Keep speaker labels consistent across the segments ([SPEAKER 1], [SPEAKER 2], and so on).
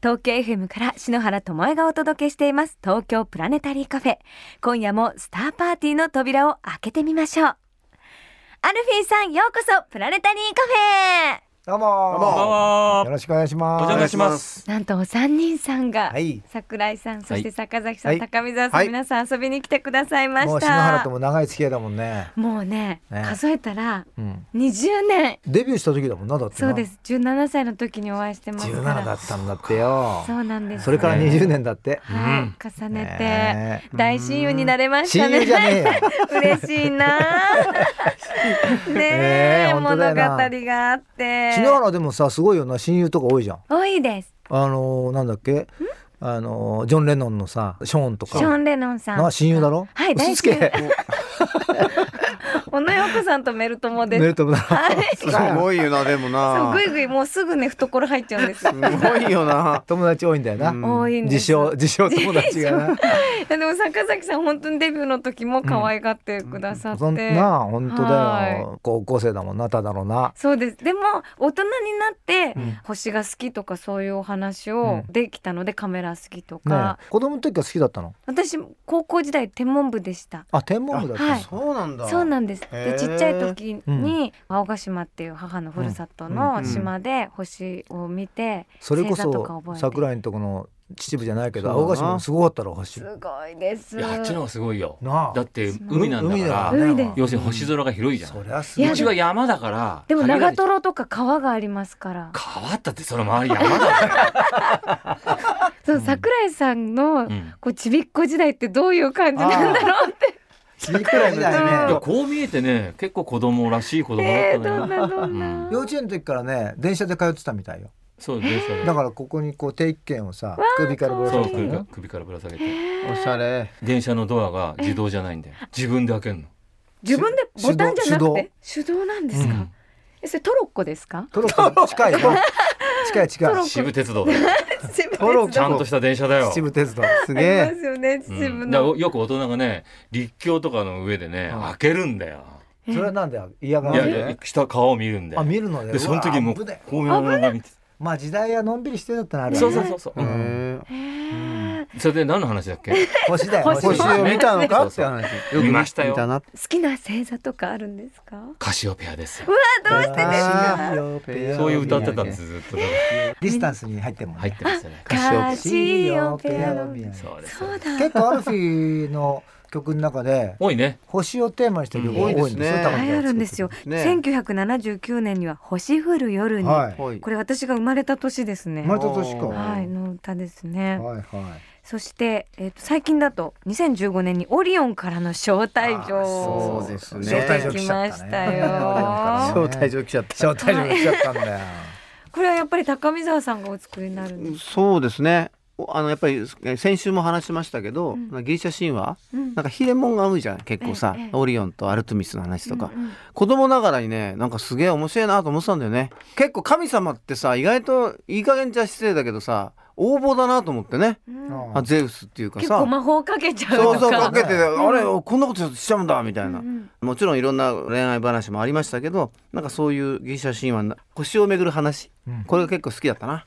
[SPEAKER 1] 東京 FM から篠原智恵がお届けしています東京プラネタリーカフェ今夜もスターパーティーの扉を開けてみましょうアルフィーさんようこそプラネタリーカフ
[SPEAKER 2] どうも
[SPEAKER 3] どうも
[SPEAKER 2] よろしくお願いします
[SPEAKER 3] お邪魔します。
[SPEAKER 1] ェなんとお三人さんが、
[SPEAKER 2] はい
[SPEAKER 1] 桜井さんそして坂崎さん、
[SPEAKER 2] はい
[SPEAKER 1] 高見沢さん、
[SPEAKER 3] はい
[SPEAKER 1] 皆さん遊びに来てくださいました
[SPEAKER 2] もう篠原とも長い付き合いだもんね、
[SPEAKER 1] もうね
[SPEAKER 2] ね
[SPEAKER 1] 数えたら
[SPEAKER 2] うん、
[SPEAKER 1] 20年
[SPEAKER 2] デビューした時だもんなだってな
[SPEAKER 1] そうです17歳の時にお会いしてますか
[SPEAKER 2] 17だ
[SPEAKER 1] ら
[SPEAKER 2] ったんだってよ
[SPEAKER 1] そうなんです
[SPEAKER 2] それから20年だって、
[SPEAKER 1] はい、重ね
[SPEAKER 2] ね
[SPEAKER 1] て大親友になれました
[SPEAKER 2] 親
[SPEAKER 1] ね
[SPEAKER 2] 友じゃねえよ
[SPEAKER 1] 嬉しい なあねえ、
[SPEAKER 2] ねえ
[SPEAKER 1] 物
[SPEAKER 2] 本当
[SPEAKER 1] 語
[SPEAKER 2] だよな
[SPEAKER 1] があって
[SPEAKER 2] 篠原でもさすごいよな親友とか多いじゃん
[SPEAKER 1] 多いです
[SPEAKER 2] あのー、なんだっけあのー、ジョン・レノンのさショーンとか
[SPEAKER 1] ショーン・レノンさ
[SPEAKER 2] なんあ親友だろ
[SPEAKER 1] はい大
[SPEAKER 2] 嘘つけ
[SPEAKER 1] 親友小野洋子さんとメルトモで
[SPEAKER 2] メ
[SPEAKER 1] す
[SPEAKER 2] ルトムだろ
[SPEAKER 1] はい
[SPEAKER 3] すごいよな、でも
[SPEAKER 1] そう
[SPEAKER 3] な
[SPEAKER 1] ぐ。いぐいもうすぐね懐入っちゃうんですよ
[SPEAKER 3] すごいよな。
[SPEAKER 2] 友達多いんだよな、
[SPEAKER 3] うん
[SPEAKER 1] 多いんです
[SPEAKER 2] 自称自称友達がな
[SPEAKER 1] でも坂崎さん本当にデビューの時も可愛がってくださって、
[SPEAKER 2] そんなあ本当だ
[SPEAKER 1] は
[SPEAKER 2] よ高校生だもんなただのな
[SPEAKER 1] そうですでも大人になって、
[SPEAKER 2] うん
[SPEAKER 1] 星が好きとかそういうお話を
[SPEAKER 2] う
[SPEAKER 1] できたので、カメラ好きと
[SPEAKER 2] ね
[SPEAKER 1] か、
[SPEAKER 2] え子供の時から好きだったの
[SPEAKER 1] 私高校時代天文部でした
[SPEAKER 2] あ天文部だった
[SPEAKER 1] はい
[SPEAKER 3] そうなんだ。
[SPEAKER 1] そうなんですで
[SPEAKER 3] へー
[SPEAKER 1] ちっちゃい時
[SPEAKER 2] う
[SPEAKER 1] に青ヶ島っていう母のふるさとの島で星を見て、
[SPEAKER 2] それこ
[SPEAKER 1] 星座とか覚え
[SPEAKER 2] そ
[SPEAKER 1] て
[SPEAKER 2] 桜井のとこの秩父じゃないけど
[SPEAKER 3] そうだな
[SPEAKER 2] 青ヶ島もすごかったろ星
[SPEAKER 1] すごいです
[SPEAKER 4] いやあっちの方がすごいよ
[SPEAKER 2] なあ
[SPEAKER 4] だって海なんだから
[SPEAKER 1] 海だよ
[SPEAKER 2] ね
[SPEAKER 4] 要するに星空が広いじゃん
[SPEAKER 2] そりゃす
[SPEAKER 1] い
[SPEAKER 2] ご
[SPEAKER 1] や
[SPEAKER 4] う
[SPEAKER 2] い
[SPEAKER 4] ちは山だから
[SPEAKER 1] でも
[SPEAKER 4] 限ら
[SPEAKER 1] 長
[SPEAKER 4] れて
[SPEAKER 1] 瀞とか川がありますから
[SPEAKER 4] 変わったってその周り山だよ、
[SPEAKER 1] そう桜井さんの
[SPEAKER 4] うん
[SPEAKER 1] こうちびっこ時代ってどういう感じなんだろうって
[SPEAKER 2] ちびっくらいだ
[SPEAKER 1] うん
[SPEAKER 2] よ
[SPEAKER 4] い
[SPEAKER 2] ね
[SPEAKER 4] やこう見えてね結構子供らしい子供だっ
[SPEAKER 1] え
[SPEAKER 4] た
[SPEAKER 1] ー ど
[SPEAKER 4] ん
[SPEAKER 1] ん
[SPEAKER 4] だ
[SPEAKER 1] な
[SPEAKER 4] よ
[SPEAKER 1] どんな、
[SPEAKER 2] 幼稚園の時からね電車で通ってたみたいよ
[SPEAKER 4] そうですよね
[SPEAKER 2] だからここにこう定期券をさ首からぶら
[SPEAKER 4] そ
[SPEAKER 2] 下げ
[SPEAKER 4] う
[SPEAKER 2] て
[SPEAKER 4] 首
[SPEAKER 2] ね
[SPEAKER 4] から首からぶら下げて
[SPEAKER 3] おしゃれ。
[SPEAKER 4] 電車のドアが自動じゃないんだよ自分で開けるの
[SPEAKER 1] 自分でボタンじゃなくて手動なんですか、
[SPEAKER 4] うん
[SPEAKER 1] えそれトロッコですか
[SPEAKER 2] トロッコも近いよ近い近い
[SPEAKER 1] トロ
[SPEAKER 4] 渋鉄道だよ
[SPEAKER 2] トロッコ
[SPEAKER 4] ちゃんとした電車だよ
[SPEAKER 2] 秩父鉄道す
[SPEAKER 1] あ
[SPEAKER 2] げ
[SPEAKER 1] りま
[SPEAKER 2] え
[SPEAKER 1] すよね秩
[SPEAKER 4] う
[SPEAKER 1] 父
[SPEAKER 4] んだから
[SPEAKER 1] の、
[SPEAKER 4] よく大人がね立教とかの上でね
[SPEAKER 2] うん
[SPEAKER 4] 開けるんだよ
[SPEAKER 2] それはなんだよ嫌が
[SPEAKER 4] い
[SPEAKER 2] ら
[SPEAKER 4] や
[SPEAKER 2] ない
[SPEAKER 4] い
[SPEAKER 2] で
[SPEAKER 4] や下顔を見るんだ
[SPEAKER 2] あ
[SPEAKER 4] よ
[SPEAKER 2] 見るので
[SPEAKER 4] でその時もう
[SPEAKER 2] うわ危ねえ
[SPEAKER 4] こういうのが見て
[SPEAKER 2] まあ時代はのんびりしてるってのはあるわ
[SPEAKER 4] そ
[SPEAKER 2] ね
[SPEAKER 4] うそうそうそう、
[SPEAKER 2] う
[SPEAKER 3] へ
[SPEAKER 2] ん
[SPEAKER 3] え。
[SPEAKER 1] へー
[SPEAKER 4] それで何の話だっけ
[SPEAKER 2] 星だよ
[SPEAKER 1] 星
[SPEAKER 3] 星を見たのかって話。
[SPEAKER 4] う見ましたよ
[SPEAKER 3] 見たなって。
[SPEAKER 1] 好きな星座とかあるんですか
[SPEAKER 4] カシオペアですよ
[SPEAKER 1] どうしてですか
[SPEAKER 2] か
[SPEAKER 4] そういう歌ってたんですずっとだから
[SPEAKER 2] ディスタンスに入ってるもん
[SPEAKER 4] 入っ
[SPEAKER 2] ね
[SPEAKER 4] てましたね
[SPEAKER 1] カシオペアの
[SPEAKER 4] そうです
[SPEAKER 1] そうだ
[SPEAKER 2] 結構アルフィーの曲の中で
[SPEAKER 4] 多いね
[SPEAKER 2] 星をテーマにした曲
[SPEAKER 3] うん
[SPEAKER 2] 多いんですよ
[SPEAKER 3] 多いですね
[SPEAKER 2] 多分
[SPEAKER 1] 流行るんですよ、
[SPEAKER 3] ね
[SPEAKER 1] 1979年には星降る夜に、
[SPEAKER 2] はい
[SPEAKER 3] はい
[SPEAKER 1] これ私が生まれた年ですね
[SPEAKER 2] 生まれた年か
[SPEAKER 3] あ
[SPEAKER 1] はいの歌ですね、
[SPEAKER 2] はいは
[SPEAKER 1] そして、えー、と最近だと2015年にオリオンからの招待
[SPEAKER 2] あ
[SPEAKER 1] 状
[SPEAKER 3] そうですね
[SPEAKER 1] 出てきましたよ
[SPEAKER 2] 招待状来ちゃったね
[SPEAKER 3] 招待状来ちゃ
[SPEAKER 2] 招
[SPEAKER 3] った。
[SPEAKER 2] 待状来ちゃったんだよ
[SPEAKER 1] これはやっぱり高見沢さんがお作りになるんです、
[SPEAKER 3] そうですね。おあのやっぱりえ先週も話しましたけど、
[SPEAKER 1] ん
[SPEAKER 3] ギリシャ神話
[SPEAKER 1] うん
[SPEAKER 3] なんかヒレモンが多いじゃん結構さ、
[SPEAKER 1] ええええ
[SPEAKER 3] オリオンとアルテミスの話とか、
[SPEAKER 1] うんうん
[SPEAKER 3] 子供ながらにねなんかすげえ面白いなと思ってたんだよね結構神様ってさ意外といい加減じゃ失礼だけどさ横暴だなと思ってね、
[SPEAKER 1] うん
[SPEAKER 3] あゼウスっていうか
[SPEAKER 1] 結
[SPEAKER 3] さ
[SPEAKER 1] 構魔法かけちゃう
[SPEAKER 3] そう
[SPEAKER 1] と
[SPEAKER 3] そう
[SPEAKER 1] か
[SPEAKER 3] かけて、
[SPEAKER 2] う
[SPEAKER 3] あれこんなことしちゃうんだみたいな、
[SPEAKER 1] うんうん
[SPEAKER 3] もちろんいろんな恋愛話もありましたけどなんかそういうギリシャ神話の星を巡る話、
[SPEAKER 2] うん
[SPEAKER 3] これが結構好きだったな、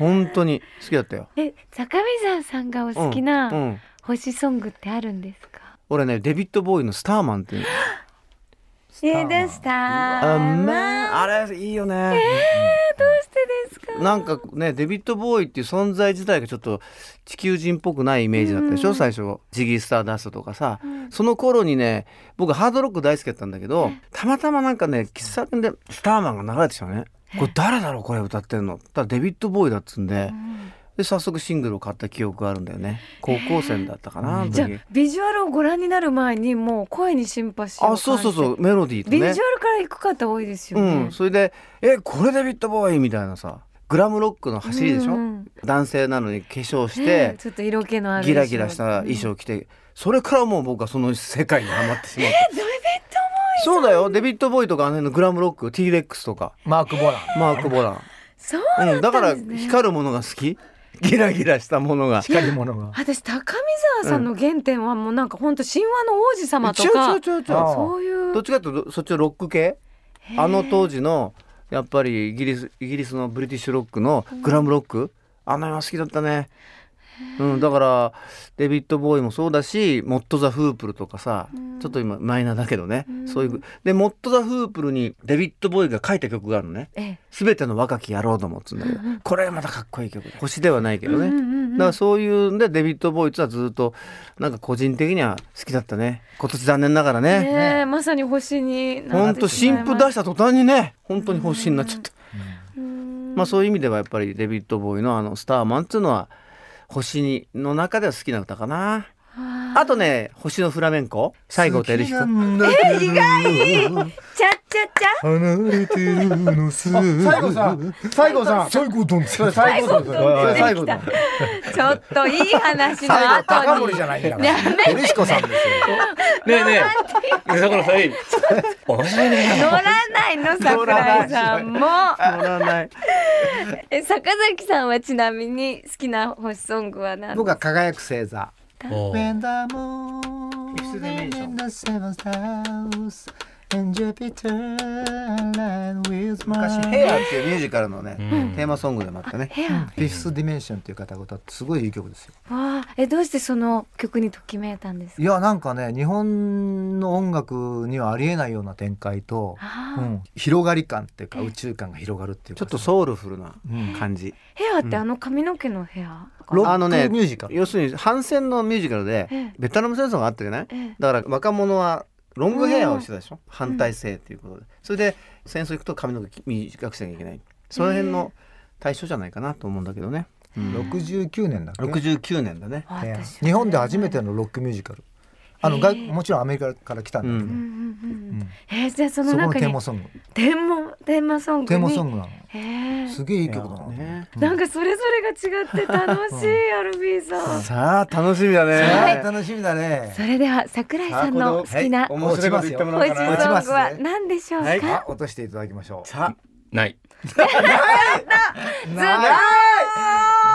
[SPEAKER 3] 本当に好きだったよ
[SPEAKER 1] え坂見沢さんがお好き
[SPEAKER 3] うん
[SPEAKER 1] な
[SPEAKER 3] うん
[SPEAKER 1] 星ソングってあるんですか、
[SPEAKER 3] 俺ねデビッド・ボーイの「スターマン」っていう
[SPEAKER 1] え
[SPEAKER 2] ーマン
[SPEAKER 1] ーでした
[SPEAKER 3] あ
[SPEAKER 1] まあ
[SPEAKER 3] まああれいいよね、
[SPEAKER 1] どうしてですか
[SPEAKER 3] なんかねデビッド・ボーイっていう存在自体がちょっと地球人っぽくないイメージだったでしょ、最初ジギー・スターダストとかさ、その頃にね僕ハードロック大好きだったんだけどたまたまなんかね喫茶店でスターマンが流れてきたのねこれ誰だろうこれ歌ってんのたらデビッド・ボーイだっつうんで,、で早速シングルを買った記憶があるんだよね高校生だったかな、あの時
[SPEAKER 1] じゃあビジュアルをご覧になる前にもう声にシンパシーを
[SPEAKER 3] あそうそうそううメロディーと
[SPEAKER 1] ビ
[SPEAKER 3] ね
[SPEAKER 1] ジュアルから行く方多いですよね、
[SPEAKER 3] うん、それで「えこれデビッド・ボーイ」みたいなさグラムロックの走りでしょ、
[SPEAKER 1] うんうん
[SPEAKER 3] 男性なのに化粧し
[SPEAKER 1] ね
[SPEAKER 3] て、
[SPEAKER 1] ちょっと色気のある
[SPEAKER 3] ギラギラした衣装を着て、それからもう僕はその世界にハマってしまって、そうだよデビッド・ボーイとかあの辺のグラムロック t レックスとか
[SPEAKER 2] マーク・ボラン
[SPEAKER 3] マーク・ボラン、
[SPEAKER 1] そう
[SPEAKER 3] うん、だから
[SPEAKER 1] ですね
[SPEAKER 3] 光るものが好きギラギラしたものが。
[SPEAKER 2] 光り物が
[SPEAKER 1] 私高見沢さんの原点はもうなんか本当神話の王子様と
[SPEAKER 3] 違
[SPEAKER 1] か、
[SPEAKER 3] う違う違う違う
[SPEAKER 2] あ
[SPEAKER 1] そういう
[SPEAKER 3] どっちかというとそっちのロック系あの当時のやっぱりイギリスイギリスのブリティッシュロックのグラムロック、あの映画好きだったね。うん、だからデビッド・ボーイもそうだし「モット・ザ・フープル」とかさ、
[SPEAKER 1] うん
[SPEAKER 3] ちょっと今マイナーだけどね、
[SPEAKER 1] うん
[SPEAKER 3] そういうで「モット・ザ・フープル」にデビッド・ボーイが書いた曲があるのね
[SPEAKER 1] え
[SPEAKER 3] 「すべての若き野郎ども」っつうんだけど、これはまたかっこいい曲星ではないけどね、
[SPEAKER 1] うんうんうんうん
[SPEAKER 3] だからそういうんでデビッド・ボーイっていうのはずっとなんか個人的には好きだったね今年残念ながら
[SPEAKER 1] え、
[SPEAKER 3] ね
[SPEAKER 1] ねえまさに星に
[SPEAKER 3] ほんと新譜出
[SPEAKER 1] し、
[SPEAKER 3] した途端にね本当に星になっちゃった、
[SPEAKER 1] うん
[SPEAKER 3] まあそういう意味ではやっぱりデビッド・ボーイのあの「スターマン」っていうのは星にの中では好きな歌かな
[SPEAKER 1] あ
[SPEAKER 3] あとね「星のフラメンコ」西郷輝彦
[SPEAKER 5] え意外
[SPEAKER 1] ちゃっちゃっちゃ
[SPEAKER 5] 離れてるのす
[SPEAKER 2] あ西郷さん西郷さん
[SPEAKER 5] 最後どん
[SPEAKER 2] それ西郷さんそれ
[SPEAKER 3] おいおい西郷さん
[SPEAKER 1] ちょっといい話の
[SPEAKER 2] 西郷高
[SPEAKER 1] 後に
[SPEAKER 2] 森じゃないんだから照彦さんですよ
[SPEAKER 4] ねえねえ。ねえだからさ、えい面白いね。
[SPEAKER 1] 乗らないの桜井さんも
[SPEAKER 3] 乗らない
[SPEAKER 1] え坂崎さんはちなみに好きな星ソングは何
[SPEAKER 2] 僕は輝く星座
[SPEAKER 4] おう
[SPEAKER 2] When the moon
[SPEAKER 3] Fifth dimension.
[SPEAKER 2] in the seventh house and Jupiter aligned with
[SPEAKER 3] 昔
[SPEAKER 2] my
[SPEAKER 3] 「ヘアっていうミュージカルのね、
[SPEAKER 4] ん
[SPEAKER 3] テーマソングでもあったね
[SPEAKER 1] ヘアわ
[SPEAKER 2] フィフスディメンションっていう方々ってすごいいい曲ですよ
[SPEAKER 1] あえどうしてその曲にときめいたんですか
[SPEAKER 2] いやなんかね日本の音楽にはありえないような展開と、
[SPEAKER 1] あ
[SPEAKER 2] う
[SPEAKER 1] ー
[SPEAKER 2] ん、広がり感っていうか宇宙感が広がるっていう
[SPEAKER 3] ちょ
[SPEAKER 2] か
[SPEAKER 3] っとソウルフルな
[SPEAKER 2] うん
[SPEAKER 3] 感じ、
[SPEAKER 1] ヘアってあの髪の毛のヘア
[SPEAKER 2] ロ
[SPEAKER 3] あの
[SPEAKER 2] ッ
[SPEAKER 3] ね
[SPEAKER 2] クミュージカル
[SPEAKER 3] 要するに反戦のミュージカルで
[SPEAKER 1] ええ
[SPEAKER 3] ベトナム戦争があったじゃない
[SPEAKER 1] ええ
[SPEAKER 3] だから若者はロングヘアをしてたでしょ反体制っていうことでそれで戦争行くと髪の毛短くしなきゃいけないその辺の対象じゃないかなと思うんだけどね、うん、
[SPEAKER 2] 69年だっけ
[SPEAKER 3] 69年だね
[SPEAKER 1] あ
[SPEAKER 2] ええ
[SPEAKER 1] 私は
[SPEAKER 2] 日本で初めてのロックミュージカルあの、
[SPEAKER 1] へえ
[SPEAKER 2] 外もちろんアメリカから来たんだ
[SPEAKER 3] う
[SPEAKER 2] けど、
[SPEAKER 1] うんう
[SPEAKER 3] ん
[SPEAKER 1] ん
[SPEAKER 2] うん
[SPEAKER 1] うんえーじゃあその
[SPEAKER 2] そこの
[SPEAKER 1] 中
[SPEAKER 2] テー
[SPEAKER 1] に
[SPEAKER 2] マソング
[SPEAKER 1] テーマテーマソング
[SPEAKER 2] テーマ
[SPEAKER 1] に
[SPEAKER 2] ソングな
[SPEAKER 1] へえ
[SPEAKER 2] のすげえいい曲だな、
[SPEAKER 3] いやね
[SPEAKER 2] う
[SPEAKER 1] なんかそれぞれが違って楽しいアルビーさん
[SPEAKER 3] さあ楽しみだね、
[SPEAKER 2] はい楽しみだね
[SPEAKER 1] それでは桜井さんの好きな
[SPEAKER 3] 面白いこと言ってもらおう
[SPEAKER 1] 星
[SPEAKER 3] か
[SPEAKER 1] ソ
[SPEAKER 3] な
[SPEAKER 2] 落ちま
[SPEAKER 1] ン
[SPEAKER 2] す
[SPEAKER 1] グ
[SPEAKER 2] ね
[SPEAKER 1] は何でしょう
[SPEAKER 3] はい
[SPEAKER 1] か
[SPEAKER 2] あ落としていただきましょ
[SPEAKER 3] さ
[SPEAKER 4] ない。
[SPEAKER 2] う
[SPEAKER 1] ず
[SPEAKER 2] ない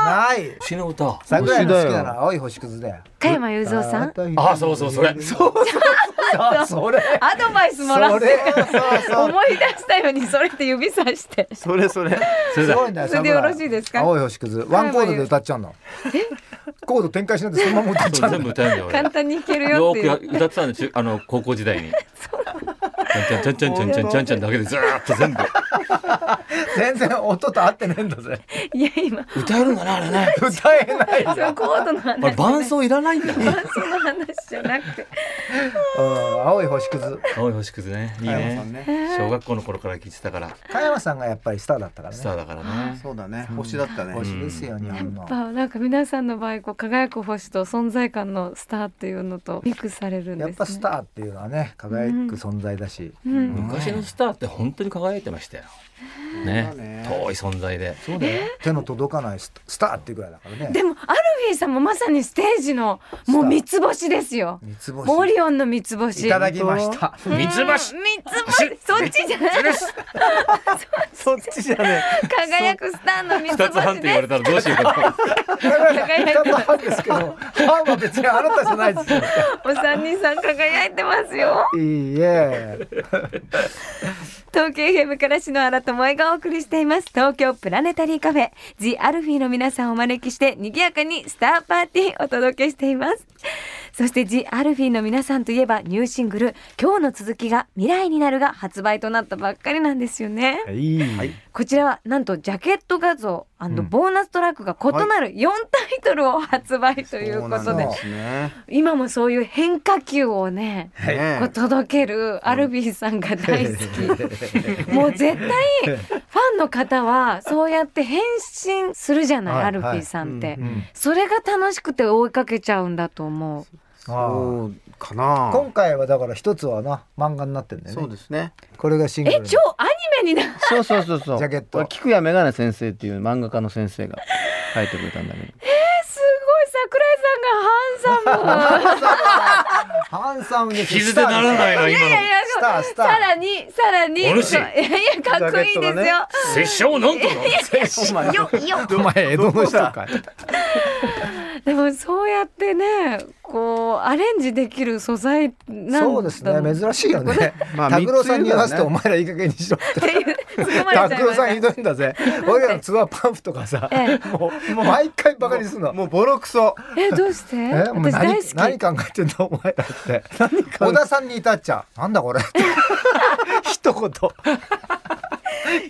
[SPEAKER 2] ない
[SPEAKER 4] 星の歌。
[SPEAKER 2] 桜井の好きな
[SPEAKER 3] 星だ
[SPEAKER 2] の青い星屑だよ
[SPEAKER 1] 加山雄三さん
[SPEAKER 4] あ、そうそう、それ。 そう。
[SPEAKER 2] あ それ
[SPEAKER 1] アドバイスもらっ
[SPEAKER 2] そ
[SPEAKER 1] て
[SPEAKER 2] れそうそう
[SPEAKER 1] 思い出したようにそれって指さして
[SPEAKER 3] あそれそれ
[SPEAKER 4] それ
[SPEAKER 2] す
[SPEAKER 4] だ。
[SPEAKER 2] ごいんだ よ。
[SPEAKER 1] それで
[SPEAKER 2] 桜
[SPEAKER 1] よろしいですか
[SPEAKER 2] 青い星屑。ワンコードで歌っちゃうの。コード展開しないでそのまま歌っち
[SPEAKER 4] そ
[SPEAKER 2] ゃ
[SPEAKER 4] う
[SPEAKER 2] う
[SPEAKER 4] 全
[SPEAKER 2] の
[SPEAKER 4] 部。歌うんだよ俺。
[SPEAKER 1] 簡単に弾けるよ
[SPEAKER 4] よ
[SPEAKER 1] って
[SPEAKER 4] ーく
[SPEAKER 1] い
[SPEAKER 4] や
[SPEAKER 1] う
[SPEAKER 4] 歌ってたんで中あの高校時代に。ちゃんちゃんちゃんちゃんちゃんちゃんちゃんだけでずーっと全部
[SPEAKER 2] 全然音と合ってねえんだぜ。
[SPEAKER 1] いや今
[SPEAKER 4] 歌えるんだなあれね。
[SPEAKER 2] 歌えない。
[SPEAKER 1] そ のコードの話
[SPEAKER 4] あれ伴奏いらないんだね。
[SPEAKER 1] 伴奏の話じゃなくて
[SPEAKER 2] うん青い星屑。
[SPEAKER 4] 青い星屑ね。いい
[SPEAKER 3] 加山さん
[SPEAKER 4] ね。
[SPEAKER 3] ね
[SPEAKER 4] 小学校の頃から聞いてたから
[SPEAKER 2] 加山さんがやっぱりスターだったから
[SPEAKER 4] スタ
[SPEAKER 2] ね。
[SPEAKER 4] ーだからね。
[SPEAKER 3] そうだね星だったね、
[SPEAKER 2] 星ですよ日本
[SPEAKER 1] や
[SPEAKER 2] の
[SPEAKER 1] っ。ぱなんか皆さんの場合こう輝く星と存在感のスターっていうのとミックスされるんです、
[SPEAKER 2] や
[SPEAKER 1] ね、
[SPEAKER 2] っぱスターっていうのはね輝く存在だし。
[SPEAKER 1] うん
[SPEAKER 4] 昔のスターって本当に輝いてましたよ。ね
[SPEAKER 3] そうだね。
[SPEAKER 4] 遠い存在で。
[SPEAKER 2] そうだよ。手の届かないススターっていうぐらいだからね。
[SPEAKER 1] でもアルフィーさんもまさにステージのもう三つ星ですよ
[SPEAKER 2] 三つ
[SPEAKER 1] オ
[SPEAKER 2] 星。
[SPEAKER 1] リオンの三つ星
[SPEAKER 2] いただきました。
[SPEAKER 4] 三つ星。
[SPEAKER 1] うん三つ星そっちじゃない
[SPEAKER 3] そっちじゃね
[SPEAKER 1] 輝くスターの三
[SPEAKER 4] 二
[SPEAKER 1] つ
[SPEAKER 4] つ半っ
[SPEAKER 1] 星
[SPEAKER 4] て言
[SPEAKER 1] で
[SPEAKER 4] われたらどうしようか
[SPEAKER 1] 輝いて
[SPEAKER 2] 二つ半ですけど、半は別にあなたじゃないですよ。
[SPEAKER 1] お三人さん輝いてますよ
[SPEAKER 2] いいえ。
[SPEAKER 1] 東京 FM から篠原と萌がお送りしています東京プラネタリーカフェジアルフィーの皆さんをお招きして賑やかにスターパーティーをお届けしていますそしてジアルフィーの皆さんといえばニューシングル今日の続きが未来になるが発売となったばっかりなんですよね
[SPEAKER 2] いい。
[SPEAKER 1] こちらはなんとジャケット画像ボーナストラックが異なる4タイトルを発売というこ
[SPEAKER 3] そ
[SPEAKER 1] と
[SPEAKER 3] う
[SPEAKER 1] で
[SPEAKER 3] なんですね
[SPEAKER 1] 今もそういう変化球をね
[SPEAKER 3] ね
[SPEAKER 1] こう届けるアルビーさんが大好きもう絶対ファンの方はそうやって変身するじゃない、
[SPEAKER 2] はい
[SPEAKER 1] アルビーさんって、
[SPEAKER 3] はい
[SPEAKER 2] うん。
[SPEAKER 1] それが楽しくて追いかけちゃうんだと思う
[SPEAKER 2] あ
[SPEAKER 3] そうかな
[SPEAKER 2] あ。今回はだから一つはな漫画になってんだよ
[SPEAKER 3] そう
[SPEAKER 2] ね。
[SPEAKER 3] ですね
[SPEAKER 2] これがシングル
[SPEAKER 1] え
[SPEAKER 2] の。
[SPEAKER 1] 超アニメにな
[SPEAKER 3] そうそうそうそう。
[SPEAKER 2] ジャケット
[SPEAKER 3] これ菊谷メガネ先生っていう漫画家の先生が書いてくれたんだけど。
[SPEAKER 1] すごい桜井さんがハンサム
[SPEAKER 2] ハンサムです。
[SPEAKER 4] 傷でならないな今
[SPEAKER 1] いやい
[SPEAKER 4] の。
[SPEAKER 1] や
[SPEAKER 2] スタースター
[SPEAKER 1] さらにさらに
[SPEAKER 4] お主
[SPEAKER 1] そういやいやかっこいいですよ、
[SPEAKER 3] ジャケットが
[SPEAKER 4] 拙者をなんとか。
[SPEAKER 1] よよ
[SPEAKER 2] お前江戸の人か。
[SPEAKER 1] でもそうやってねこうアレンジできる素材なんだ
[SPEAKER 2] そうですね珍しいよね
[SPEAKER 3] まあ
[SPEAKER 2] 拓郎さんに言わせて
[SPEAKER 3] 三つ
[SPEAKER 2] お
[SPEAKER 3] 言うのはね
[SPEAKER 2] 前らいい加減にしろって
[SPEAKER 1] っていう含 まれちゃいま
[SPEAKER 2] 拓郎
[SPEAKER 1] し
[SPEAKER 2] さ
[SPEAKER 1] た
[SPEAKER 2] んひどいんだ ぜ俺らのツアーパンプとかさ
[SPEAKER 1] え
[SPEAKER 2] もうもう毎回バカにすんの
[SPEAKER 3] もうボロクソ
[SPEAKER 1] えどうして
[SPEAKER 2] えもう
[SPEAKER 1] 私大
[SPEAKER 2] 何
[SPEAKER 1] 好き
[SPEAKER 2] 何考えてんだお前らって小田さんに至っちゃうなんだこれ 一言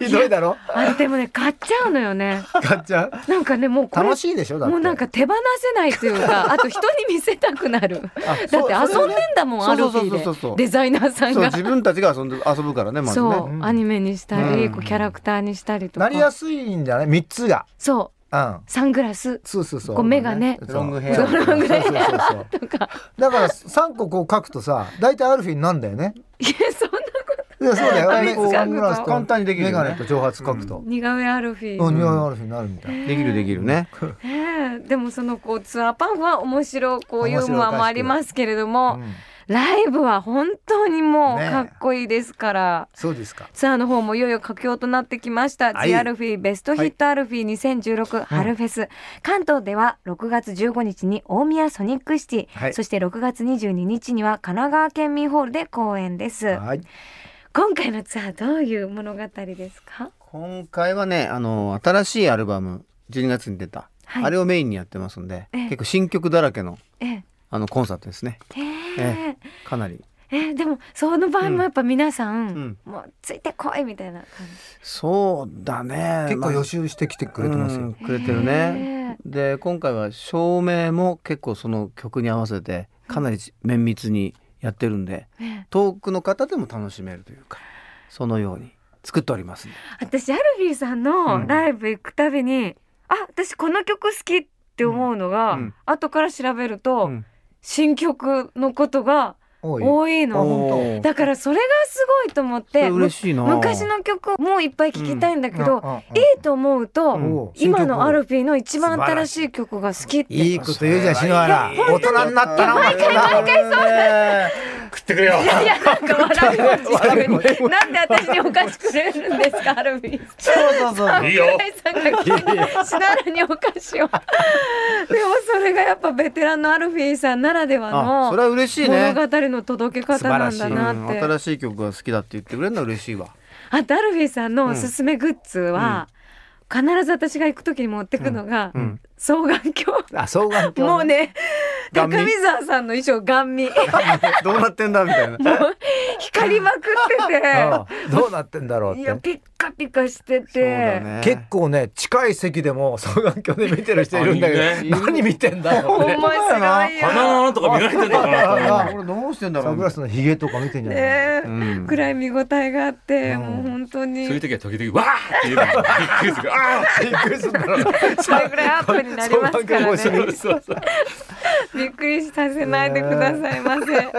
[SPEAKER 2] ひどいだろ
[SPEAKER 1] あでもね買っちゃうのよね
[SPEAKER 2] 買っちゃう
[SPEAKER 1] なんかねもうこれ
[SPEAKER 2] 楽しいでしょだって
[SPEAKER 1] もうなんか手放せないという かあと人に見せたくなる
[SPEAKER 2] あ
[SPEAKER 1] だ
[SPEAKER 2] そ
[SPEAKER 1] っ
[SPEAKER 2] う
[SPEAKER 1] て遊んでんだもん
[SPEAKER 3] そ
[SPEAKER 1] ア
[SPEAKER 3] う
[SPEAKER 1] ル
[SPEAKER 3] そ
[SPEAKER 1] フ
[SPEAKER 3] うそう
[SPEAKER 1] ィ
[SPEAKER 3] そうそう
[SPEAKER 1] ー
[SPEAKER 3] そう
[SPEAKER 1] でデザイナーさん
[SPEAKER 3] そう
[SPEAKER 1] が
[SPEAKER 3] 自分たちが遊んで遊ぶからねまず
[SPEAKER 1] そ
[SPEAKER 3] ね
[SPEAKER 1] うアニメにしたり
[SPEAKER 3] うん
[SPEAKER 1] こうキャラクターにしたりと
[SPEAKER 2] な
[SPEAKER 1] か
[SPEAKER 2] りやすいんじゃない三つが
[SPEAKER 1] そう
[SPEAKER 2] うん
[SPEAKER 1] サングラス
[SPEAKER 2] そうそうそう
[SPEAKER 1] こう目がね
[SPEAKER 2] そう
[SPEAKER 3] ロングヘア
[SPEAKER 2] そう そうそうそうだから三個こう書くとさ大体アルフィーになんだよね
[SPEAKER 1] いやそんない
[SPEAKER 2] やそう だよ
[SPEAKER 3] 簡単
[SPEAKER 2] ね
[SPEAKER 3] に
[SPEAKER 2] こうサングラスと
[SPEAKER 3] 簡単にできるよ
[SPEAKER 2] メ
[SPEAKER 3] ね
[SPEAKER 2] ガネと長髪書くと
[SPEAKER 1] 似顔絵アルフィ
[SPEAKER 2] う
[SPEAKER 1] ー
[SPEAKER 2] ん似合うアルフィーになるみたいな
[SPEAKER 3] できるできるね
[SPEAKER 1] ねえでもそのこうツアーパンは面白こうユ
[SPEAKER 2] 面白い
[SPEAKER 1] ーモアもありますけれども、
[SPEAKER 2] うん
[SPEAKER 1] ライブは本当にもう
[SPEAKER 2] ねえ
[SPEAKER 1] かっこいいですから。
[SPEAKER 2] そうですか
[SPEAKER 1] ツアーの方もいよいよ佳境となってきました「
[SPEAKER 2] はい
[SPEAKER 1] ジアルフィーベストヒットアルフィー2016、春フェス」関東では6月15日に大宮ソニックシティ、
[SPEAKER 2] はい
[SPEAKER 1] そして6月22日には神奈川県民ホールで公演です
[SPEAKER 2] はい
[SPEAKER 1] 今回のツアーどういう物語ですか
[SPEAKER 3] 今回はねあの新しいアルバム12月に出た、
[SPEAKER 1] はい
[SPEAKER 3] あれをメインにやってますんで
[SPEAKER 1] ええ
[SPEAKER 3] 結構新曲だらけの
[SPEAKER 1] ええ
[SPEAKER 3] あのコンサートですね
[SPEAKER 1] ええ
[SPEAKER 3] えかなり
[SPEAKER 1] ええでもその場合もやっぱ皆さん、
[SPEAKER 3] うん
[SPEAKER 1] もうついてこいみたいな感
[SPEAKER 3] そうだね
[SPEAKER 2] 結構予習してきてくれてます
[SPEAKER 3] うん
[SPEAKER 2] よ
[SPEAKER 3] くれてるね。で今回は照明も結構その曲に合わせてかなり綿密にやってるんで
[SPEAKER 1] じ、ええ
[SPEAKER 3] 遠くの方でも楽しめるというかそのように作っておりますんで
[SPEAKER 1] 私アルフィーさんのライブ行くたびに、あ私この曲好きって思うのが、
[SPEAKER 3] うんうん
[SPEAKER 1] 後から調べると、
[SPEAKER 3] うん
[SPEAKER 1] 新曲のことが
[SPEAKER 2] 多い
[SPEAKER 1] 多い
[SPEAKER 2] あ
[SPEAKER 1] の。
[SPEAKER 2] 本当
[SPEAKER 3] おー
[SPEAKER 1] だからそれがすごいと思っ
[SPEAKER 3] そ
[SPEAKER 1] て
[SPEAKER 3] れ嬉しいな
[SPEAKER 1] む昔の曲もいっぱい聴きたいんだけど、いいと思うと、
[SPEAKER 3] うん
[SPEAKER 2] おう
[SPEAKER 1] 今のアルフィーの一番新しい曲が好きって
[SPEAKER 2] いいこと言うじゃん篠原大人になったな毎回毎回そう
[SPEAKER 4] 食ってくれよ
[SPEAKER 1] いやなんか笑い声してくれるなんで私にお菓子くれるんですかアルフィー
[SPEAKER 3] そうそうそう
[SPEAKER 4] いいよ
[SPEAKER 1] 桜井さんが急にしなるにお菓子をでもそれがやっぱベテランのアルフィーさんならでは
[SPEAKER 3] あそれ
[SPEAKER 1] の
[SPEAKER 3] は嬉しいね
[SPEAKER 1] 物語の届け方なんだな
[SPEAKER 3] う
[SPEAKER 1] っ
[SPEAKER 3] ん
[SPEAKER 1] て、
[SPEAKER 3] 新しい曲が好きだって言ってくれるのは嬉しいわ
[SPEAKER 1] あとアルフィーさんのおすすめグッズは、必ず私が行く時に持ってくのが、
[SPEAKER 3] ん
[SPEAKER 1] 双眼鏡
[SPEAKER 2] あ双眼鏡
[SPEAKER 1] もうね
[SPEAKER 3] ガン見
[SPEAKER 1] 高見沢さんの衣装ガン見も
[SPEAKER 3] どうなってんだみたいな
[SPEAKER 1] う光りまくって
[SPEAKER 2] あ
[SPEAKER 1] て
[SPEAKER 2] あどうなってんだろうっ
[SPEAKER 1] いやピ
[SPEAKER 2] て
[SPEAKER 1] ッカピカしてて、
[SPEAKER 3] そうだね
[SPEAKER 2] 結構ね近い席でも双眼鏡で見てる人いるんだ
[SPEAKER 4] あい
[SPEAKER 2] け
[SPEAKER 4] い
[SPEAKER 2] ど
[SPEAKER 4] ね
[SPEAKER 2] 何見てんだろう
[SPEAKER 1] 面白いよ
[SPEAKER 4] 鼻の穴とか見られてんのかなと思う
[SPEAKER 2] あ
[SPEAKER 3] これどうしてんだろ
[SPEAKER 2] サ
[SPEAKER 3] う
[SPEAKER 2] ングラスのヒゲとか見てんじゃない
[SPEAKER 1] ね
[SPEAKER 3] うん
[SPEAKER 1] くらい見応えがあって、
[SPEAKER 2] うん
[SPEAKER 1] もう本当に
[SPEAKER 4] そういう時は時々わーって言えばいいのびっくりするあ
[SPEAKER 2] びっくりするんだろ う
[SPEAKER 1] それぐらいアップになりますから
[SPEAKER 2] そうそう
[SPEAKER 1] ね。
[SPEAKER 4] ーそうそう
[SPEAKER 1] びっくりさせないでくださいませ。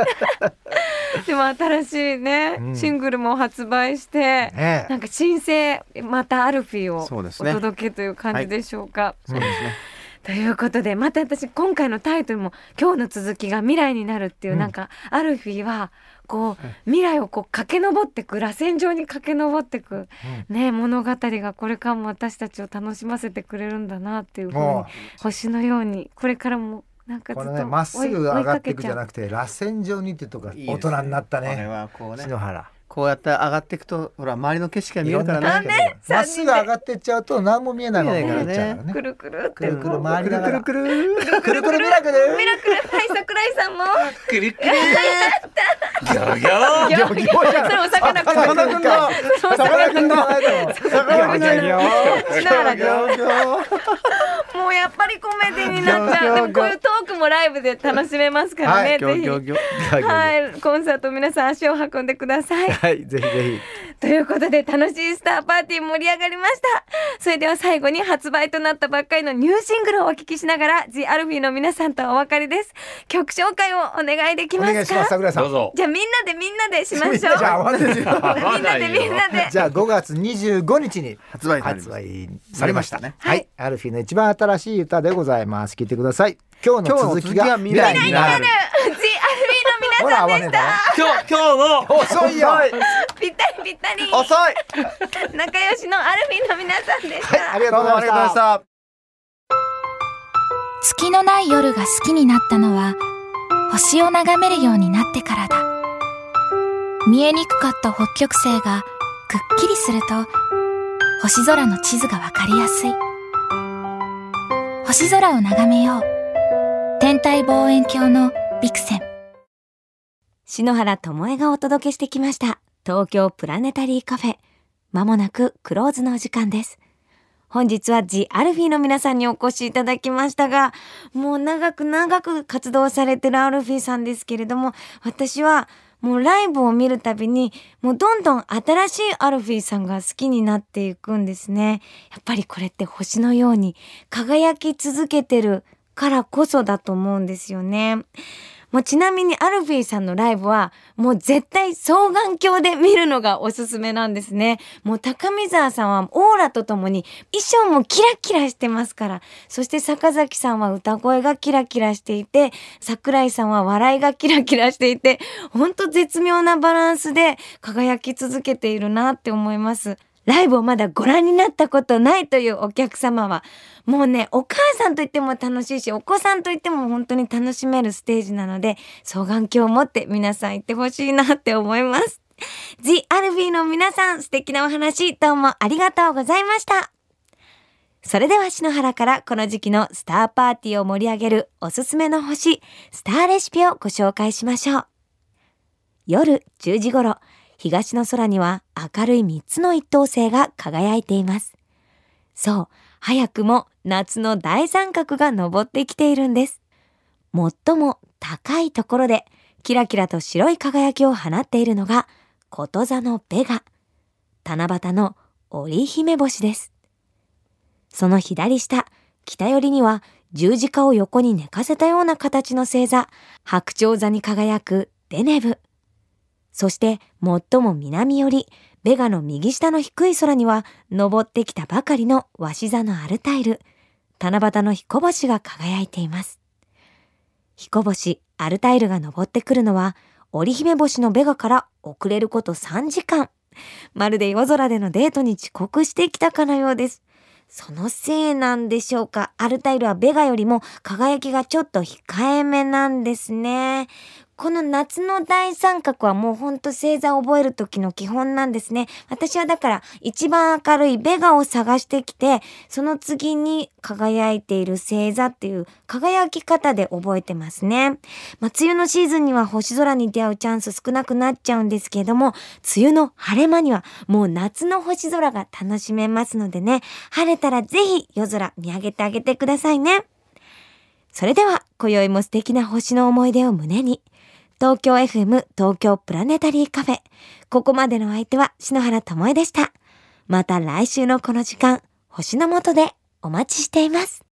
[SPEAKER 1] でも新しいね、
[SPEAKER 2] うん
[SPEAKER 1] シングルも発売して、
[SPEAKER 2] ね
[SPEAKER 1] なんか新生またアルフィーを
[SPEAKER 3] そうです
[SPEAKER 1] お
[SPEAKER 3] ね
[SPEAKER 1] 届けという感じでしょうか。
[SPEAKER 3] そうですね
[SPEAKER 1] ということでまた私今回のタイトルも「今日の続きが未来になる」っていう、
[SPEAKER 2] うん
[SPEAKER 1] なんかアルフィーはこう未来をこう駆け上ってく螺旋状に駆け上ってく、ね物語がこれからも私たちを楽しませてくれるんだなっていうふうに
[SPEAKER 2] も
[SPEAKER 1] 星のようにこれからもなん
[SPEAKER 2] う
[SPEAKER 1] かず
[SPEAKER 2] こ
[SPEAKER 1] っと
[SPEAKER 2] れ
[SPEAKER 1] 追い
[SPEAKER 2] ねまっすぐ上がっていくじゃ
[SPEAKER 1] 追い
[SPEAKER 2] な
[SPEAKER 1] か
[SPEAKER 2] くて螺旋状にってとこが
[SPEAKER 3] いいです
[SPEAKER 2] 大
[SPEAKER 3] ね
[SPEAKER 2] 人になった
[SPEAKER 3] これ
[SPEAKER 2] ね
[SPEAKER 3] はこうね
[SPEAKER 2] 篠原
[SPEAKER 3] こうやって上がっていくとほら周りの景色が見えるからね
[SPEAKER 2] いろんな景色が見えるまっすぐ上がってっちゃうと何も見えないまま
[SPEAKER 3] 見え
[SPEAKER 2] 戻
[SPEAKER 3] ない
[SPEAKER 2] っ
[SPEAKER 3] か
[SPEAKER 2] ち
[SPEAKER 3] ら
[SPEAKER 2] ゃう
[SPEAKER 3] ね
[SPEAKER 2] か
[SPEAKER 1] けちゃうく
[SPEAKER 2] らね
[SPEAKER 1] るくるっ
[SPEAKER 2] く
[SPEAKER 1] て
[SPEAKER 2] るくる
[SPEAKER 1] こ
[SPEAKER 2] 回りながら
[SPEAKER 3] くるくる
[SPEAKER 2] くるくるミラクル
[SPEAKER 1] うミラクルはい桜井さんも
[SPEAKER 4] くるくるギョギョ
[SPEAKER 1] ギョギョそれお魚くん
[SPEAKER 3] 魚くんだ
[SPEAKER 1] それお魚くん
[SPEAKER 2] 魚くんだ魚くんだ
[SPEAKER 1] 篠原くんもうやっぱりコメディになっちゃうでもこういうトークもライブで楽しめますからね、
[SPEAKER 3] 行
[SPEAKER 1] ぜひ
[SPEAKER 3] 行行
[SPEAKER 1] はいコンサート皆さん足を運んでください
[SPEAKER 2] はいぜひぜ
[SPEAKER 1] ということで楽しいスターパーティー盛り上がりましたそれでは最後に発売となったばっかりのニューシングルをお聞きしながら The アルフィーの皆さんとお別れです曲紹介をお願いでき
[SPEAKER 2] ひお
[SPEAKER 1] ますか
[SPEAKER 2] 願いします桜井さん
[SPEAKER 4] どうぞ
[SPEAKER 1] じゃあみんなでみんなでしましょう
[SPEAKER 2] みんな じゃあ慌ててよ
[SPEAKER 1] みんなでみんなで
[SPEAKER 2] じゃあ5月25日に
[SPEAKER 3] 発売になります
[SPEAKER 2] 発売されましたね。
[SPEAKER 1] は
[SPEAKER 2] はいい、アルフィーの一番新しい歌でございます。聞いてください。今日
[SPEAKER 3] 今日
[SPEAKER 2] の
[SPEAKER 3] の
[SPEAKER 2] 続き
[SPEAKER 3] 続き
[SPEAKER 2] が
[SPEAKER 3] が
[SPEAKER 2] 未来に
[SPEAKER 1] The ア
[SPEAKER 2] なる。
[SPEAKER 1] ルフィーの
[SPEAKER 2] ほ
[SPEAKER 1] 皆
[SPEAKER 2] ら、
[SPEAKER 1] さ
[SPEAKER 2] 合
[SPEAKER 1] んで
[SPEAKER 2] わねえだ
[SPEAKER 4] 今日今日の
[SPEAKER 2] ろ。遅いよ。はい、
[SPEAKER 1] ぴったりぴったり
[SPEAKER 3] 遅い
[SPEAKER 1] 仲良しのアルフィーの皆さんでした、
[SPEAKER 2] ありがと
[SPEAKER 3] ど
[SPEAKER 2] う
[SPEAKER 3] う
[SPEAKER 2] ご
[SPEAKER 3] もあ
[SPEAKER 2] ざい
[SPEAKER 3] りがとうござい
[SPEAKER 2] ま
[SPEAKER 3] ま
[SPEAKER 2] し。
[SPEAKER 3] したた
[SPEAKER 6] 月のない夜が好きになったのは星を眺めるようになってからだ見えにくかった北極星がくっきりすると星空の地図がわかりやすい星空を眺めよう天体望遠鏡のビクセン
[SPEAKER 1] 篠原智恵がお届けしてきました東京プラネタリーカフェまもなくクローズのお時間です本日はジアルフィーの皆さんにお越しいただきましたがもう長く長く活動されてるアルフィーさんですけれども私はもうライブを見るたびにもうどんどん新しいアルフィーさんが好きになっていくんですねやっぱりこれって星のように輝き続けてるからこそだと思うんですよねもうちなみにアルフィーさんのライブはもう絶対双眼鏡で見るのがおすすめなんですね。もう高見沢さんはオーラとともに衣装もキラキラしてますから、そして坂崎さんは歌声がキラキラしていて、桜井さんは笑いがキラキラしていて、ほんと絶妙なバランスで輝き続けているなって思います。ライブをまだご覧になったことないというお客様は、もうね、お母さんと言っても楽しいし、お子さんと言っても本当に楽しめるステージなので、双眼鏡を持って皆さん行ってほしいなって思います。The アルフィーの皆さん、素敵なお話、どうもありがとうございました。それでは篠原からこの時期のスターパーティーを盛り上げるおすすめの星、スターレシピをご紹介しましょう。夜10時頃、東の空には明るい3つの一等星が輝いています。そう、早くも夏の大三角が昇ってきているんです。最も高いところでキラキラと白い輝きを放っているのがこと座のベガ、七夕の織姫星です。その左下、北寄りには十字架を横に寝かせたような形の星座、白鳥座に輝くデネブ。そして最も南寄り、ベガの右下の低い空には、登ってきたばかりの鷲座のアルタイル、七夕の彦星が輝いています。彦星、アルタイルが登ってくるのは、織姫星のベガから遅れること3時間。まるで夜空でのデートに遅刻してきたかのようです。そのせいなんでしょうか。アルタイルはベガよりも輝きがちょっと控えめなんですね。この夏の大三角はもうほんと星座を覚える時の基本なんですね。私はだから一番明るいベガを探してきて、その次に輝いている星座っていう輝き方で覚えてますね。まあ、梅雨のシーズンには星空に出会うチャンス少なくなっちゃうんですけれども、梅雨の晴れ間にはもう夏の星空が楽しめますのでね、晴れたらぜひ夜空見上げてあげてくださいね。それでは、今宵も素敵な星の思い出を胸に、東京 FM 東京プラネタリーカフェ。ここまでのお相手は篠原ともえでした。また来週のこの時間、星の下でお待ちしています。